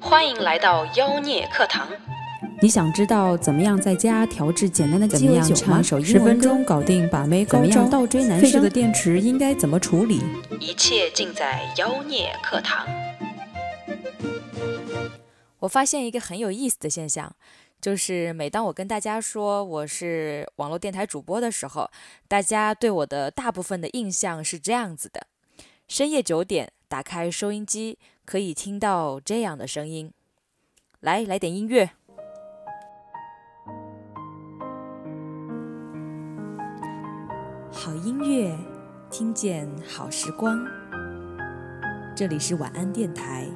欢迎来到妖孽课堂。你想知道怎么样在家调制简单的鸡尾酒吗？十分钟搞定把妹怎高么样招，倒追男废掉生的？电池应该怎么处理？一切尽在妖孽课堂。我发现一个很有意思的现象，就是每当我跟大家说我是网络电台主播的时候，大家对我的大部分的印象是这样子的：深夜九点打开收音机，可以听到这样的声音。来，来点音乐。好音乐，听见好时光。这里是晚安电台。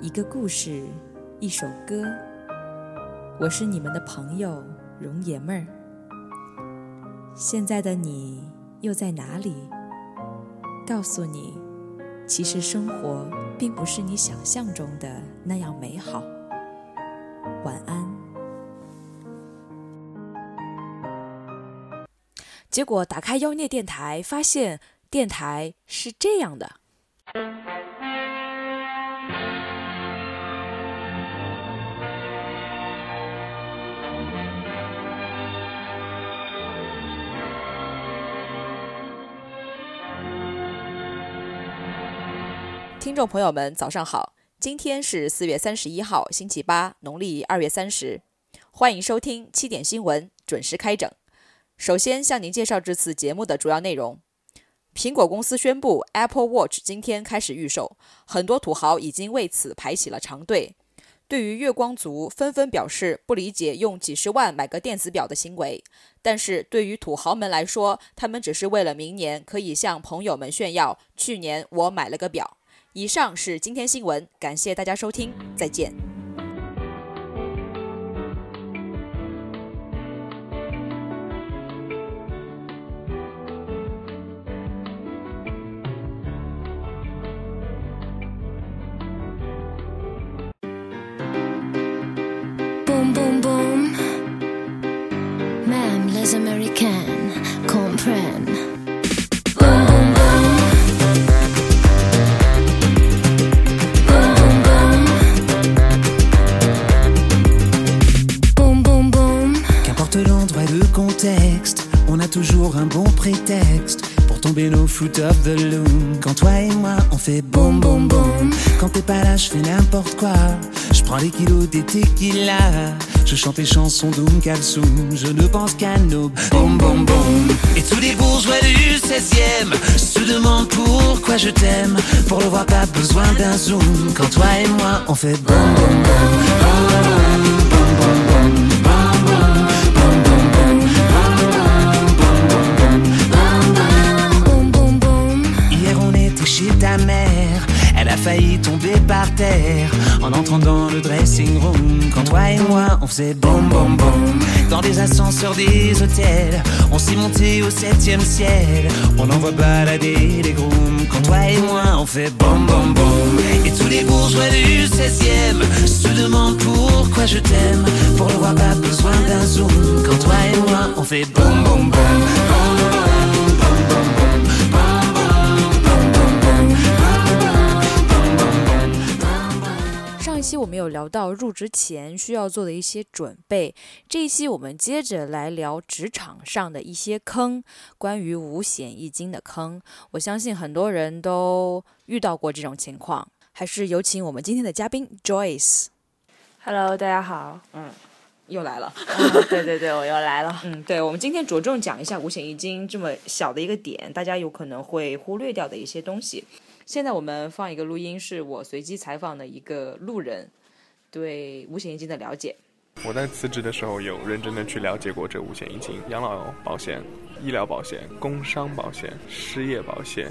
一个故事，一首歌。我是你们的朋友容爷们儿。现在的你又在哪里？告诉你，其实生活并不是你想象中的那样美好。晚安。结果打开妖孽电台，发现电台是这样的。听众朋友们，早上好！今天是四月三十一号，星期八，农历二月三十。欢迎收听七点新闻准时开整。首先向您介绍这次节目的主要内容。苹果公司宣布，Apple Watch 今天开始预售，很多土豪已经为此排起了长队。对于月光族，纷纷表示不理解用几十万买个电子表的行为，但是对于土豪们来说，他们只是为了明年可以向朋友们炫耀，去年我买了个表。以上是今天新闻，感谢大家收听，再见。 Boom, boom, boom. Ma'am, les Américains comprennent. Boom, boom, boom. Boom, boom, boom. Boom, boom, boom. Qu'importe l'endroit et le contexte, on a toujours un bon prétexte pour tomber nos fruit of the loom. Quand toi et moi on fait boum boum boum, quand t'es pas là je fais n'importe quoi. Je prends les kilos des tequila, je chante les chansons d'Oum Kalsoum, je ne pense qu'à nos boum boum boum. Et tous les bourgeois du 16e se demandent pourquoi je t'aime. Pour le voir pas besoin d'un zoom, quand toi et moi on fait boum boum boum. Boom, boom, boom. Hier on était chez ta mère, elle a failli tomber par terre en entrant dans le dressing room. Quand toi et moi on faisait boum boum boum dans les ascenseurs des hôtels, on s'est monté au septième ciel. On envoie balader les grooms. Quand toi et moi on fait boum boum boum et tous les bourgeois du 16e se demandent pourquoi je t'aime. Pour le voir pas besoin d'un zoom. Quand toi et moi on fait boum boum boum. 上一期我们有聊到入职前需要做的一些准备，这一期我们接着来聊职场上的一些坑，关于五险一金的坑。我相信很多人都遇到过这种情况，还是有请我们今天的嘉宾 Joyce。 Hello，大家好。嗯啊又来了，对对对，我又来了。 嗯，对，我们今天着重讲一下五险一金这么小的一个点，大家有可能会忽略掉的一些东西。现在我们放一个录音，是我随机采访的一个路人对五险一金的了解。我在辞职的时候有认真的去了解过这五险一金：养老保险、医疗保险、工伤保险、失业保险，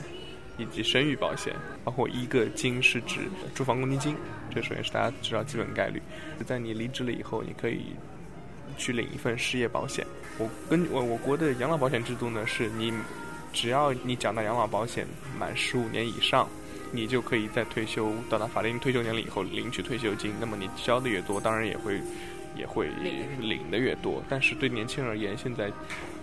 以及生育保险，包括一个金是指住房公积金，这首先是大家知道基本概率。在你离职了以后，你可以去领一份失业保险。我跟我我国的养老保险制度呢，是你只要你缴纳养老保险满十五年以上，你就可以在退休到达法定退休年龄以后领取退休金。那么你交的越多，当然也会也会领的越多。但是对年轻人而言，现在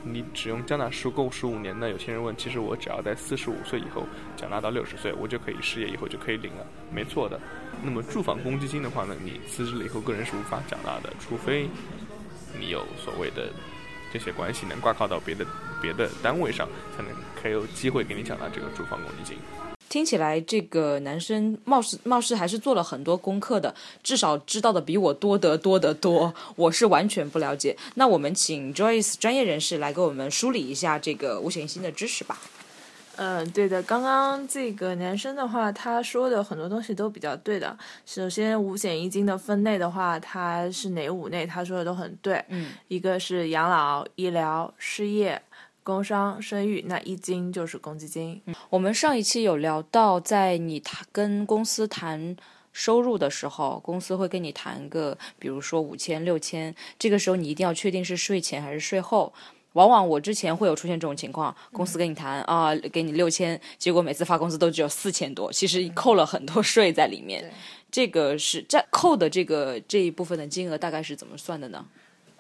你只用缴纳时够十五年，那有些人问，其实我只要在四十五岁以后缴纳到六十岁，我就可以失业以后就可以领了，没错的。那么住房公积金的话呢，你辞职了以后个人是无法缴纳的，除非你有所谓的这些关系能挂靠到别的别的单位上，才能可以有机会给你缴纳这个住房公积金。听起来这个男生貌似貌似还是做了很多功课的，至少知道的比我多得多得多，我是完全不了解。那我们请 Joyce 专业人士来给我们梳理一下这个五险一金的知识吧。嗯，对的。刚刚这个男生的话，他说的很多东西都比较对的。首先，五险一金的分类的话，它是哪五类？他说的都很对。嗯，一个是养老、医疗、失业、工伤、生育，那一金就是公积金。我们上一期有聊到，在你谈跟公司谈收入的时候，公司会跟你谈个，比如说五千、六千，这个时候你一定要确定是税前还是税后。往往我之前会有出现这种情况，公司跟你谈啊，给你六千，结果每次发工资都只有四千多，其实扣了很多税在里面。这个是在扣的这个这一部分的金额大概是怎么算的呢？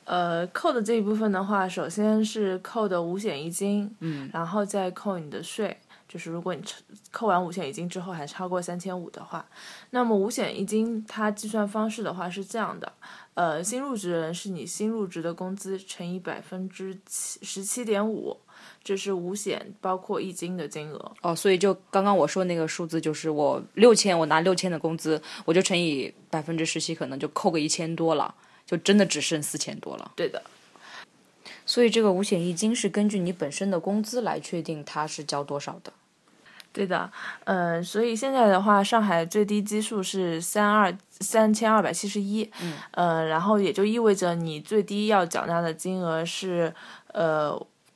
呃，扣的这一部分的话，首先是扣的五险一金，嗯，然后再扣你的税。就是如果你超扣完五险一金之后还超过三千五的话，那么五险一金它计算方式的话是这样的，呃，新入职人是你新入职的工资乘以百分之七十七点五，这是五险包括一金的金额。哦，所以就刚刚我说那个数字，就是我六千，我拿六千的工资，我就乘以百分之十七，可能就扣个一千多了，就真的只剩四千多了。对的，所以这个五险一金是根据你本身的工资来确定它是交多少的。对的，嗯、所以现在的话，上海最低基数是三二三千二百七十一，嗯，呃，然后也就意味着你最低要缴纳的金额是，呃，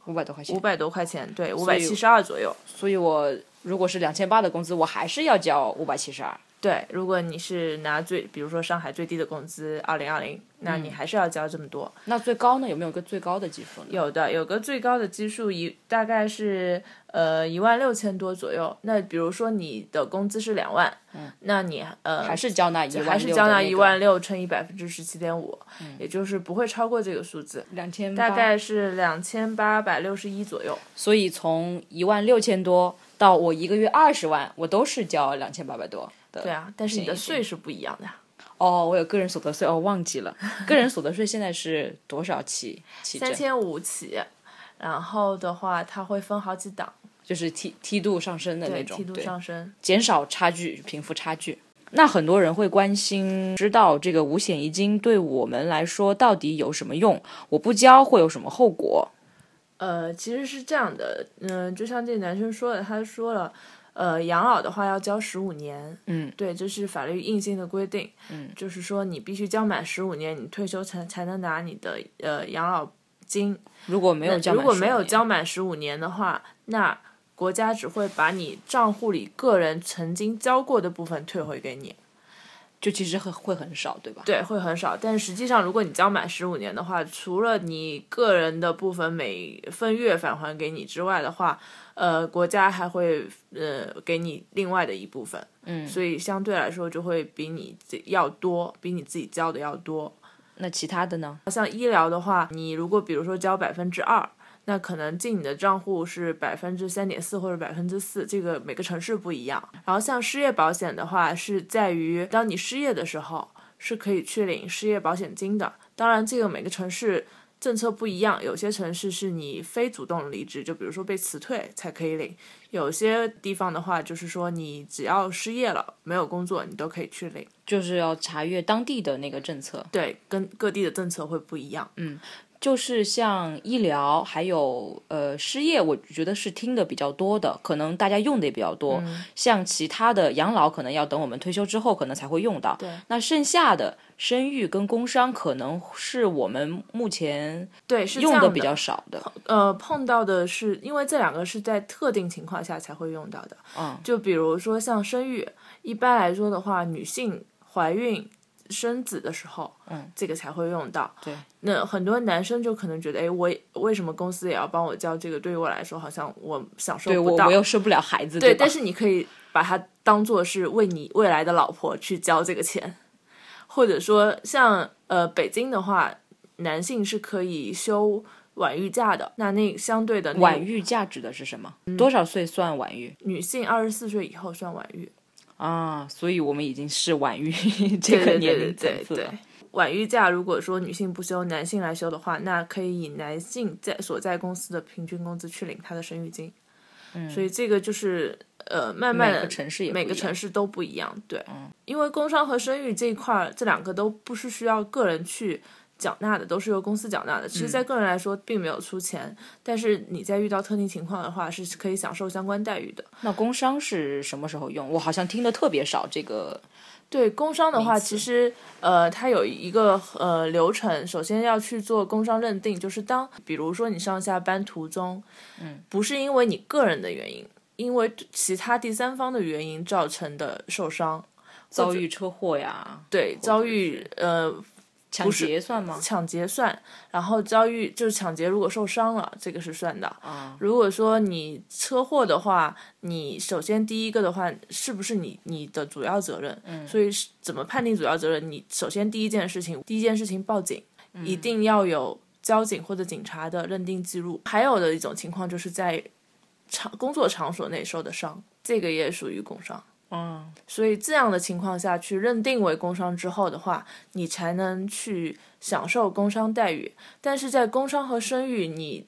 五百多块钱五，百多块钱，对，五所百以七十二左右。所以我如果是两千八的工资，我还是要交五百七十二。对，如果你是拿最，比如说上海最低的工资二零二零，那嗯你还是要交这么多。那最高呢？有没有一个最高的基数呢？有的，有个最高的基数一大概是呃一万六千多左右。那比如说你的工资是两万，那你呃嗯还是交纳一万、还是交纳一万六乘以百分之十七点五，嗯也就是不会超过这个数字，两千，大概是两千八百六十一左右。所以从一万六千多到我一个月二十万，我都是交两千八百多的。对啊，但是你的行行税是不一样的，哦，我有个人所得税哦，忘记了。个人所得税现在是多少起起征三？千五起，然后的话它会分好几档，就是梯梯度上升的那对，种，梯度对上升。减少差距，贫富差距。那很多人会关心，知道这个五险一金对我们来说到底有什么用？我不交会有什么后果？呃，其实是这样的，嗯、就像这男生说的，他说了，呃，养老的话要交十五年，嗯，对，这是法律硬性的规定，嗯，就是说你必须交满十五年，你退休才才能拿你的呃养老金。如果没有交，如果没有交，满十五年的话，那国家只会把你账户里个人曾经交过的部分退回给你，就其实很会很少，对吧？对，会很少。但实际上，如果你交满十五年的话，除了你个人的部分每分月返还给你之外的话，呃，国家还会呃给你另外的一部分，嗯，所以相对来说就会比你自己要多，比你自己交的要多。那其他的呢？像医疗的话，你如果比如说交百分之二，那可能进你的账户是百分之三点四或者百分之四，这个每个城市不一样。然后像失业保险的话，是在于当你失业的时候是可以去领失业保险金的。当然，这个每个城市政策不一样，有些城市是你非主动离职，就比如说被辞退才可以领；有些地方的话，就是说你只要失业了没有工作，你都可以去领。就是要查阅当地的那个政策，对，跟各地的政策会不一样。嗯就是像医疗还有呃失业，我觉得是听的比较多的，可能大家用的也比较多。嗯像其他的养老，可能要等我们退休之后，可能才会用到。对那剩下的生育跟工伤，可能是我们目前对，是这用样的的比较少的。呃，碰到的是，因为这两个是在特定情况下才会用到的。嗯就比如说像生育，一般来说的话，女性怀孕生子的时候，嗯，这个才会用到。对，那很多男生就可能觉得，哎，我也为什么公司也要帮我交这个？对于我来说，好像我享受对我不到。我又生不了孩子，对，吧但是你可以把它当做是为你未来的老婆去交这个钱，或者说像呃北京的话，男性是可以休晚育假的，那那相对的那晚育假指的是什么？嗯多少岁算晚育女性二十四岁以后算晚育，啊？所以我们已经是晚育这个年龄层次对对对对了对。晚育假如果说女性不休，男性来休的话，那可以以男性在所在公司的平均工资去领他的生育金。嗯，所以这个就是呃，慢慢每的个城市也不每一个样嗯城市都不一样，对，因为工伤和生育这一块儿，这两个都不是需要个人去缴纳的，都是由公司缴纳的。嗯其实，在个人来说，并没有出钱，但是你在遇到特定情况的话，是可以享受相关待遇的。那工伤是什么时候用？我好像听的特别少。这个对工伤的话，名词其实呃，它有一个呃流程，首先要去做工伤认定，就是当比如说你上下班途中，嗯，不是因为你个人的原因，因为其他第三方的原因造成的受伤，遭遇车祸呀，对，者遭遇呃抢不是劫算吗？抢劫算，然后遭遇就是抢劫，如果受伤了，这个是算的。如果说你车祸的话，你首先第一个的话，是不是你你的主要责任？嗯、所以是怎么判定主要责任？你首先第一件事情，第一件事情报警，一定要有交警或者警察的认定记录。还有的一种情况就是在场工作场所内受的伤，这个也属于工伤。嗯，所以这样的情况下去认定为工伤之后的话，你才能去享受工伤待遇。但是在工伤和生育，你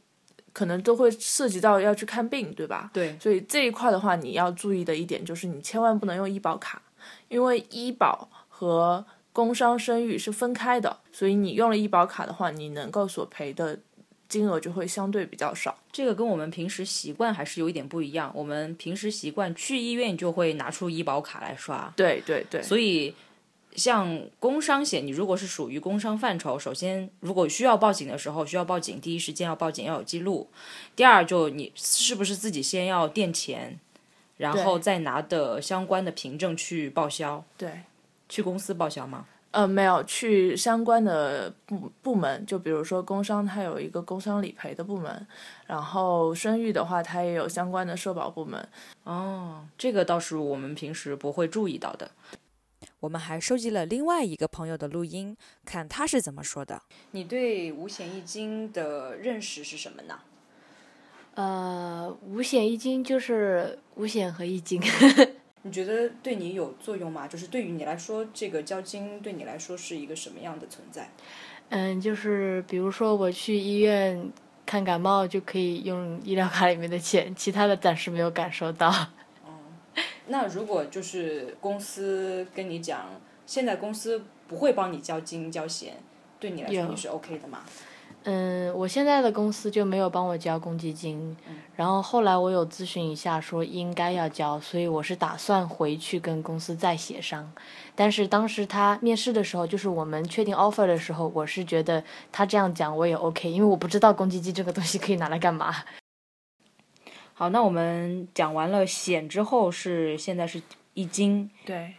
可能都会涉及到要去看病，对吧？对，所以这一块的话，你要注意的一点就是，你千万不能用医保卡，因为医保和工伤生育是分开的，所以你用了医保卡的话，你能够索赔的金额就会相对比较少。这个跟我们平时习惯还是有一点不一样。我们平时习惯去医院就会拿出医保卡来刷，对对对，所以，像工伤险，你如果是属于工伤范畴，首先如果需要报警的时候，需要报警，第一时间要报警，要有记录。第二，就你是不是自己先要垫钱，然后对再拿的相关的凭证去报销，对。去公司报销吗？呃，没有去相关的部部门，就比如说工商，它有一个工商理赔的部门，然后生育的话，它也有相关的社保部门。哦，这个倒是我们平时不会注意到的。我们还收集了另外一个朋友的录音，看他是怎么说的。你对五险一金的认识是什么呢？呃，五险一金就是五险和一金， 你觉得对你有作用吗？就是对于你来说，这个交金对你来说是一个什么样的存在？嗯，就是比如说我去医院看感冒就可以用医疗卡里面的钱，其他的暂时没有感受到。那如果就是公司跟你讲，现在公司不会帮你交金交险，对你来说有你是 OK 的吗？嗯，我现在的公司就没有帮我交公积金，然后后来我有咨询一下，说应该要交，所以我是打算回去跟公司再协商。但是当时他面试的时候，就是我们确定 offer 的时候，我是觉得他这样讲我也 OK，因为我不知道公积金这个东西可以拿来干嘛。好，那我们讲完了险之后是现在是一金，对，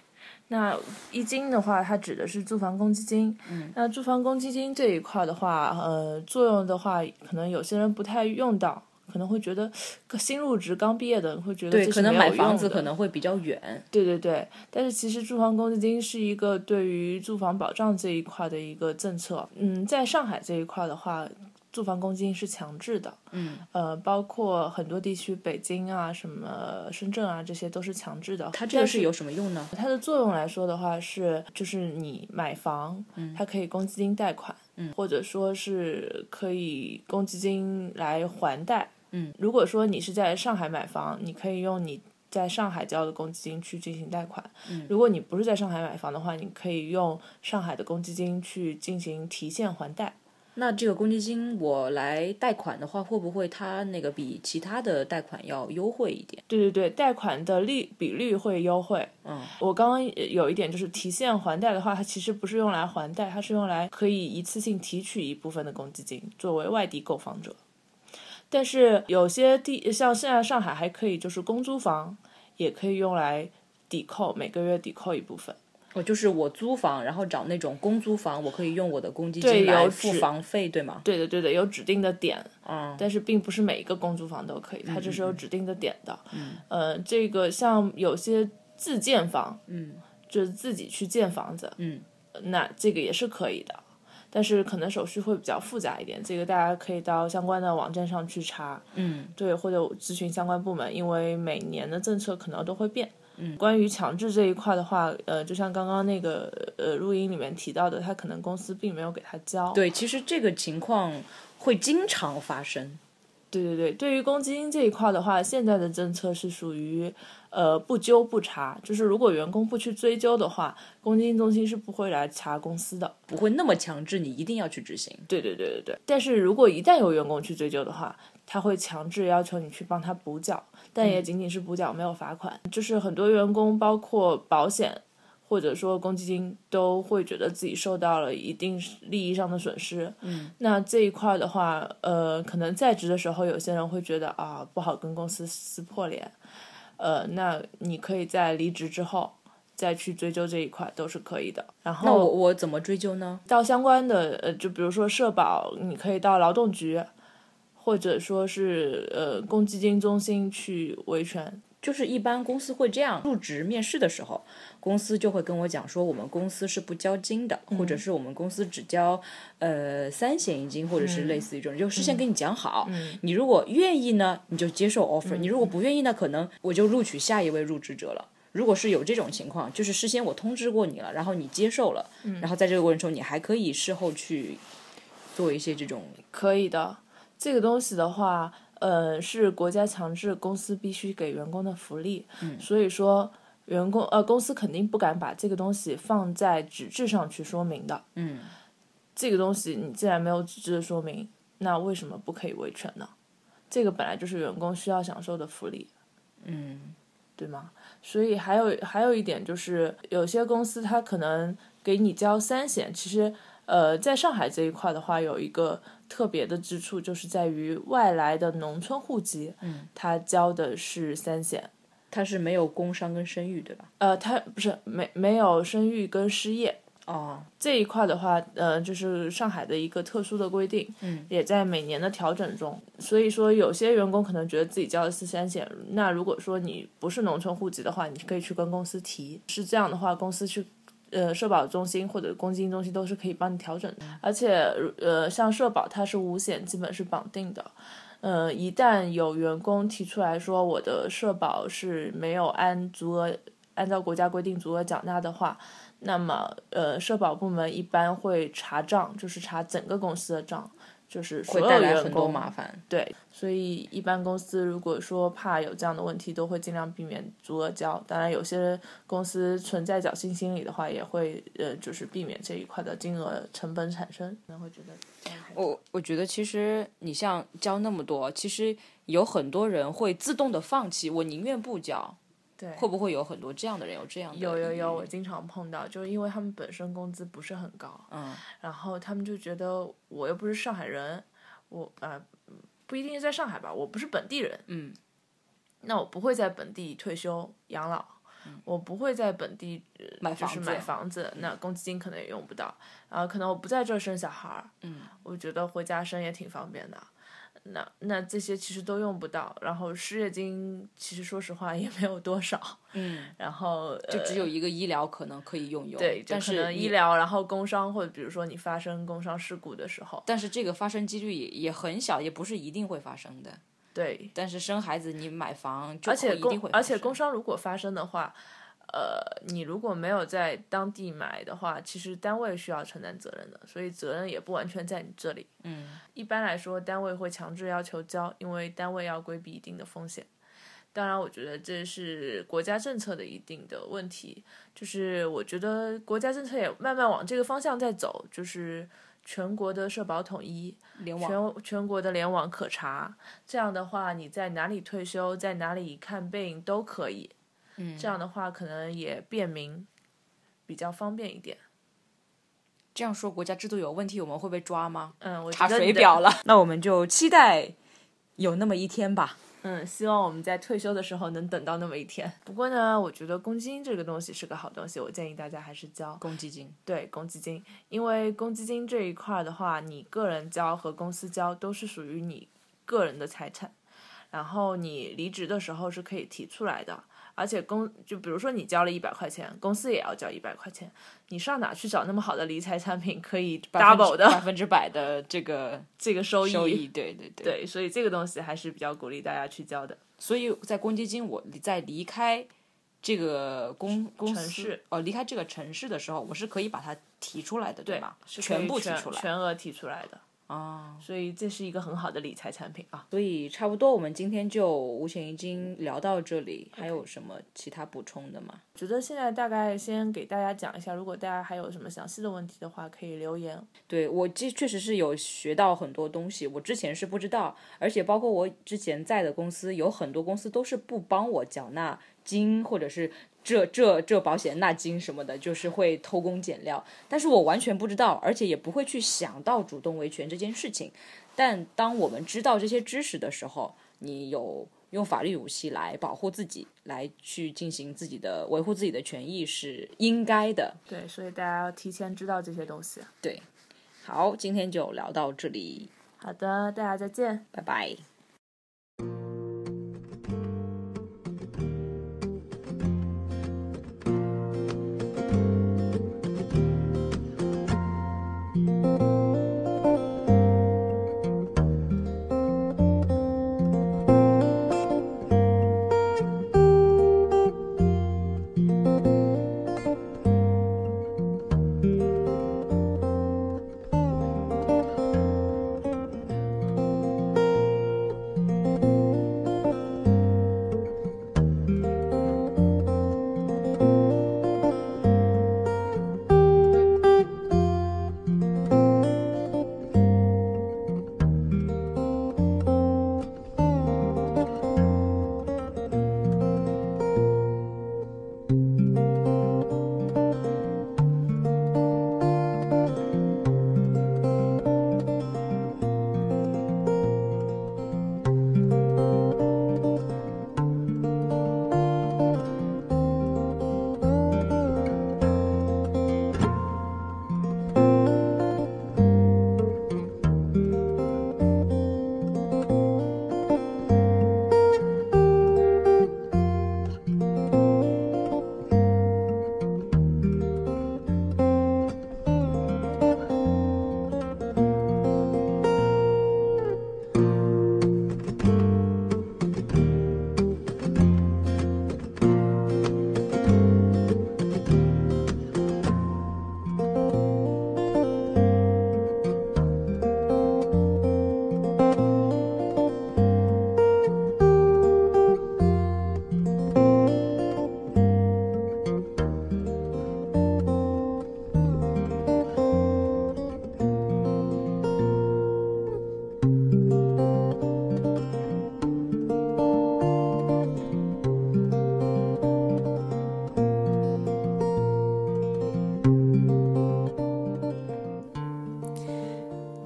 那一金的话，它指的是住房公积金。嗯，那住房公积金这一块的话，呃，作用的话，可能有些人不太用到，可能会觉得呃新入职刚毕业的人会觉得对，这是可能没有买房用子的可能会比较远，对对对，但是其实住房公积金是一个对于住房保障这一块的一个政策。嗯，在上海这一块的话，住房公积金是强制的。嗯，呃，包括很多地区，北京啊、什么深圳啊，这些都是强制的。它这个但是有什么用呢？它的作用来说的话是，就是你买房，它可以公积金贷款，或者说是可以公积金来还贷。嗯，如果说你是在上海买房，你可以用你在上海交的公积金去进行贷款。嗯、如果你不是在上海买房的话，你可以用上海的公积金去进行提现还贷。那这个公积金我来贷款的话，会不会它那个比其他的贷款要优惠一点？对对对，贷款的利比率会优惠。嗯，我刚刚也有一点就是提现还贷的话，它其实不是用来还贷，它是用来可以一次性提取一部分的公积金作为外地购房者。但是有些地像现在上海还可以，就是公租房也可以用来抵扣，每个月抵扣一部分。我哦就是我租房，然后找那种公租房，我可以用我的公积对金来有付指嗯房费，对吗？对的对的，有指定的点，嗯，但是并不是每一个公租房都可以，它这是有指定的点的。嗯，呃，这个像有些自建房，嗯，就是自己去建房子，嗯，那这个也是可以的，但是可能手续会比较复杂一点，这个大家可以到相关的网站上去查，嗯，对，或者咨询相关部门，因为每年的政策可能都会变。嗯，关于强制这一块的话，呃，就像刚刚那个呃录音里面提到的，他可能公司并没有给他交。对，其实这个情况会经常发生。对对对，对于公积金这一块的话，现在的政策是属于呃不纠不查，就是如果员工不去追究的话，公积金中心是不会来查公司的。不会那么强制你一定要去执行。对对对对对。但是如果一旦有员工去追究的话，他会强制要求你去帮他补缴，但也仅仅是补缴，没有罚款。就是很多员工，包括保险或者说公积金，都会觉得自己受到了一定利益上的损失。嗯，那这一块的话，呃，可能在职的时候，有些人会觉得啊，不好跟公司撕破脸。呃，那你可以在离职之后再去追究这一块，都是可以的。然后那我我怎么追究呢？到相关的呃，就比如说社保，你可以到劳动局，或者说是呃公积金中心去维权。就是一般公司会这样，入职面试的时候，公司就会跟我讲说，我们公司是不交金的，或嗯者是我们公司只交呃三险一金，或者是嗯类似于这种，就事先跟你讲好，你如果愿意呢，你就接受嗯 offer；、你如果不愿意呢，可能我就录取下一位入职者了。如果是有这种情况，就是事先我通知过你了，然后你接受了，嗯然后在这个过程中，你还可以事后去做一些这种可以的，这个东西的话，呃，是国家强制公司必须给员工的福利，嗯所以说员工呃公司肯定不敢把这个东西放在纸质上去说明的。嗯，这个东西你既然没有纸质的说明，那为什么不可以维权呢？这个本来就是员工需要享受的福利。嗯对吗？所以还有还有一点就是，有些公司它可能给你交三险，其实呃，在上海这一块的话，有一个特别的之处，就是在于外来的农村户籍，嗯，它交的是三险，它是没有工伤跟生育，对吧？呃，它不是没没有生育跟失业。哦，这一块的话，呃，就是上海的一个特殊的规定，嗯，也在每年的调整中。所以说，有些员工可能觉得自己交的是三险，那如果说你不是农村户籍的话，你可以去跟公司提。是这样的话，公司去。呃，社保中心或者公积金中心都是可以帮你调整的，而且呃，像社保它是五险基本是绑定的，呃，一旦有员工提出来说我的社保是没有按足额按照国家规定足额缴纳的话，那么呃，社保部门一般会查账，就是查整个公司的账，就是所会有带来员很多工麻烦。对，所以一般公司如果说怕有这样的问题，都会尽量避免足额交。当然，有些公司存在侥幸心理的话，也会呃，就是避免这一块的金额成本产生。可能会觉得这样还是，我我觉得其实你像交那么多，其实有很多人会自动的放弃，我宁愿不交。对，会不会有很多这样的人有这样的？有有有，我经常碰到，就是因为他们本身工资不是很高，嗯，然后他们就觉得我又不是上海人，我呃不一定是在上海吧，我不是本地人，嗯，那我不会在本地退休养老，我不会在本地呃嗯买就房是子嗯买房子，那公积金可能也用不到，然后可能我不在这儿生小孩儿，嗯，我觉得回家生也挺方便的。那那这些其实都用不到，然后失业金其实说实话也没有多少，嗯，然后就只呃有一个医疗可能可以用有，对，就但可是能医你。疗，然后工伤，或者比如说你发生工伤事故的时候，但是这个发生几率也也很小，也不是一定会发生的。对，但是生孩子，你买房就而会且一定工会发生，而且工伤如果发生的话，呃，你如果没有在当地买的话，其实单位需要承担责任的，所以责任也不完全在你这里。嗯，一般来说，单位会强制要求交，因为单位要规避一定的风险。当然，我觉得这是国家政策的一定的问题，就是我觉得国家政策也慢慢往这个方向在走，就是全国的社保统一，联网全全国的联网可查。这样的话，你在哪里退休，在哪里看病都可以。嗯，这样的话可能也便民，比较方便一点。这样说国家制度有问题，我们会被抓吗？嗯，我查觉得你水的表了。 那我们就期待有那么一天吧。嗯，希望我们在退休的时候能等到那么一天。不过呢，我觉得公积金这个东西是个好东西，我建议大家还是交。公积金，对公积金，因为公积金这一块的话，你个人交和公司交都是属于你个人的财产，然后你离职的时候是可以提出来的，而且公就比如说你交了一百块钱，公司也要交一百块钱，你上哪去找那么好的理财产品可以 double 百的分之百的这个这个收益？收益，对对对。对，所以这个东西还是比较鼓励大家去交的。所以在公积金，我在离开这个公公司城市哦，离开这个城市的时候，我是可以把它提出来的，对对吗？是可以全部提全出来全额提出来的。啊。所以这是一个很好的理财产品啊。所以差不多，我们今天就五险一金聊到这里，还有什么其他补充的吗？觉得现在大概先给大家讲一下，如果大家还有什么详细的问题的话，可以留言。对我这确实是有学到很多东西，我之前是不知道，而且包括我之前在的公司，有很多公司都是不帮我缴纳金，或者是这这这保险那金什么的，就是会偷工减料。但是我完全不知道，而且也不会去想到主动维权这件事情。但当我们知道这些知识的时候，你有用法律武器来保护自己，来去进行自己的维护自己的权益是应该的。对，所以大家要提前知道这些东西。对，好，今天就聊到这里。好的，大家再见。拜拜。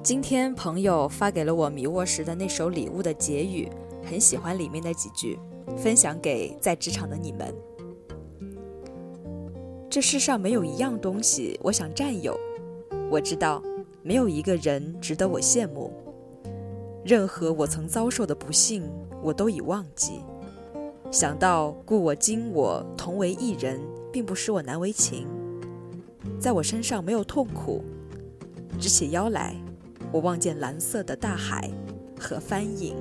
今天朋友发给了我米沃什的那首《礼物》的结语，很喜欢里面的几句，分享给在职场的你们。这世上没有一样东西我想占有，我知道没有一个人值得我羡慕，任何我曾遭受的不幸我都已忘记。想到故我今我同为一人，并不使我难为情，在我身上没有痛苦，直起腰来。我望见蓝色的大海和帆影。